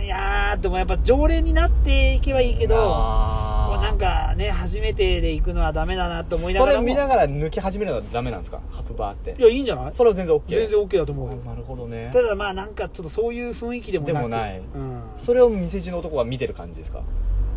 Speaker 2: いやー、でもやっぱ常連になっていけばいいけど、
Speaker 1: あー
Speaker 2: こうなんかね、初めてで行くのはダメだなと思いな
Speaker 1: そ
Speaker 2: がら
Speaker 1: れ
Speaker 2: も。
Speaker 1: 見ながら抜き始めるのはダメなんですかハプバーって
Speaker 2: いや、いいんじゃない
Speaker 1: それは全然 OK
Speaker 2: 全然 OK だと思うよ。
Speaker 1: なるほどね
Speaker 2: ただまあなんかちょっとそういう雰囲気でもなく
Speaker 1: でもない
Speaker 2: うん、
Speaker 1: それを店中の男は見てる感じですか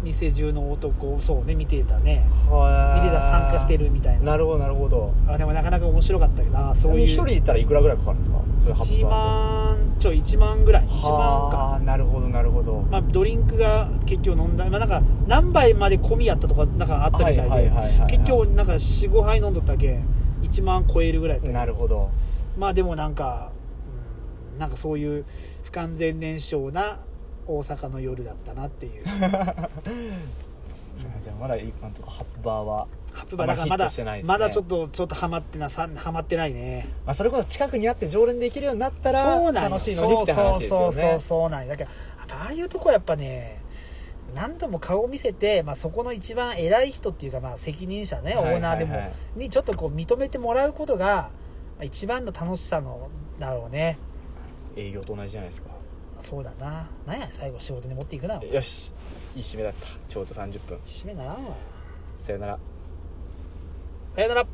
Speaker 2: 店中の男そうね見てたね
Speaker 1: は
Speaker 2: 見てた参加してるみたいな
Speaker 1: なるほどなるほど
Speaker 2: あでもなかなか面白かったけどな
Speaker 1: そ
Speaker 2: そうう
Speaker 1: いう
Speaker 2: い
Speaker 1: 一
Speaker 2: う
Speaker 1: 人行ったらいくらぐらいかかるんですかそれハプバーって
Speaker 2: 1万ちょい1万ぐらい1万か
Speaker 1: はあなるほどなるほど
Speaker 2: まあ、ドリンクが結局飲んだ、まあ、なんか何杯まで込みやったとかなんかあったみたいで、
Speaker 1: はいはいはいはいはい
Speaker 2: 結局なんか45杯飲んどったけん1万超えるぐらいだった
Speaker 1: なるほど
Speaker 2: まあでもなんか、うん、なんかそういう不完全燃焼な大阪の夜だったなっていう
Speaker 1: じゃあまだ今のとこハプバーは
Speaker 2: ハプバだからま
Speaker 1: あんまヒッ
Speaker 2: だ
Speaker 1: トしてないですね
Speaker 2: まだちょっとちょっとハマってなさハマってないね
Speaker 1: まあ、それこそ近くにあって常連できるようになった
Speaker 2: そ
Speaker 1: ら
Speaker 2: うなんよ
Speaker 1: 楽しいのにって話ですよね
Speaker 2: そうそうそうそうなんよだけどああいうとこはやっぱね何度も顔を見せて、まあ、そこの一番偉い人っていうか、まあ、責任者ね、
Speaker 1: はいはいはい
Speaker 2: オーナーでもにちょっとこう認めてもらうことがまあ一番の楽しさのだろうね
Speaker 1: 営業と同じじゃないですか
Speaker 2: そうだななんや最後仕事に持っていくな
Speaker 1: よしいい締めだったちょうど30分
Speaker 2: 締めならんわ
Speaker 1: さよなら
Speaker 2: さよなら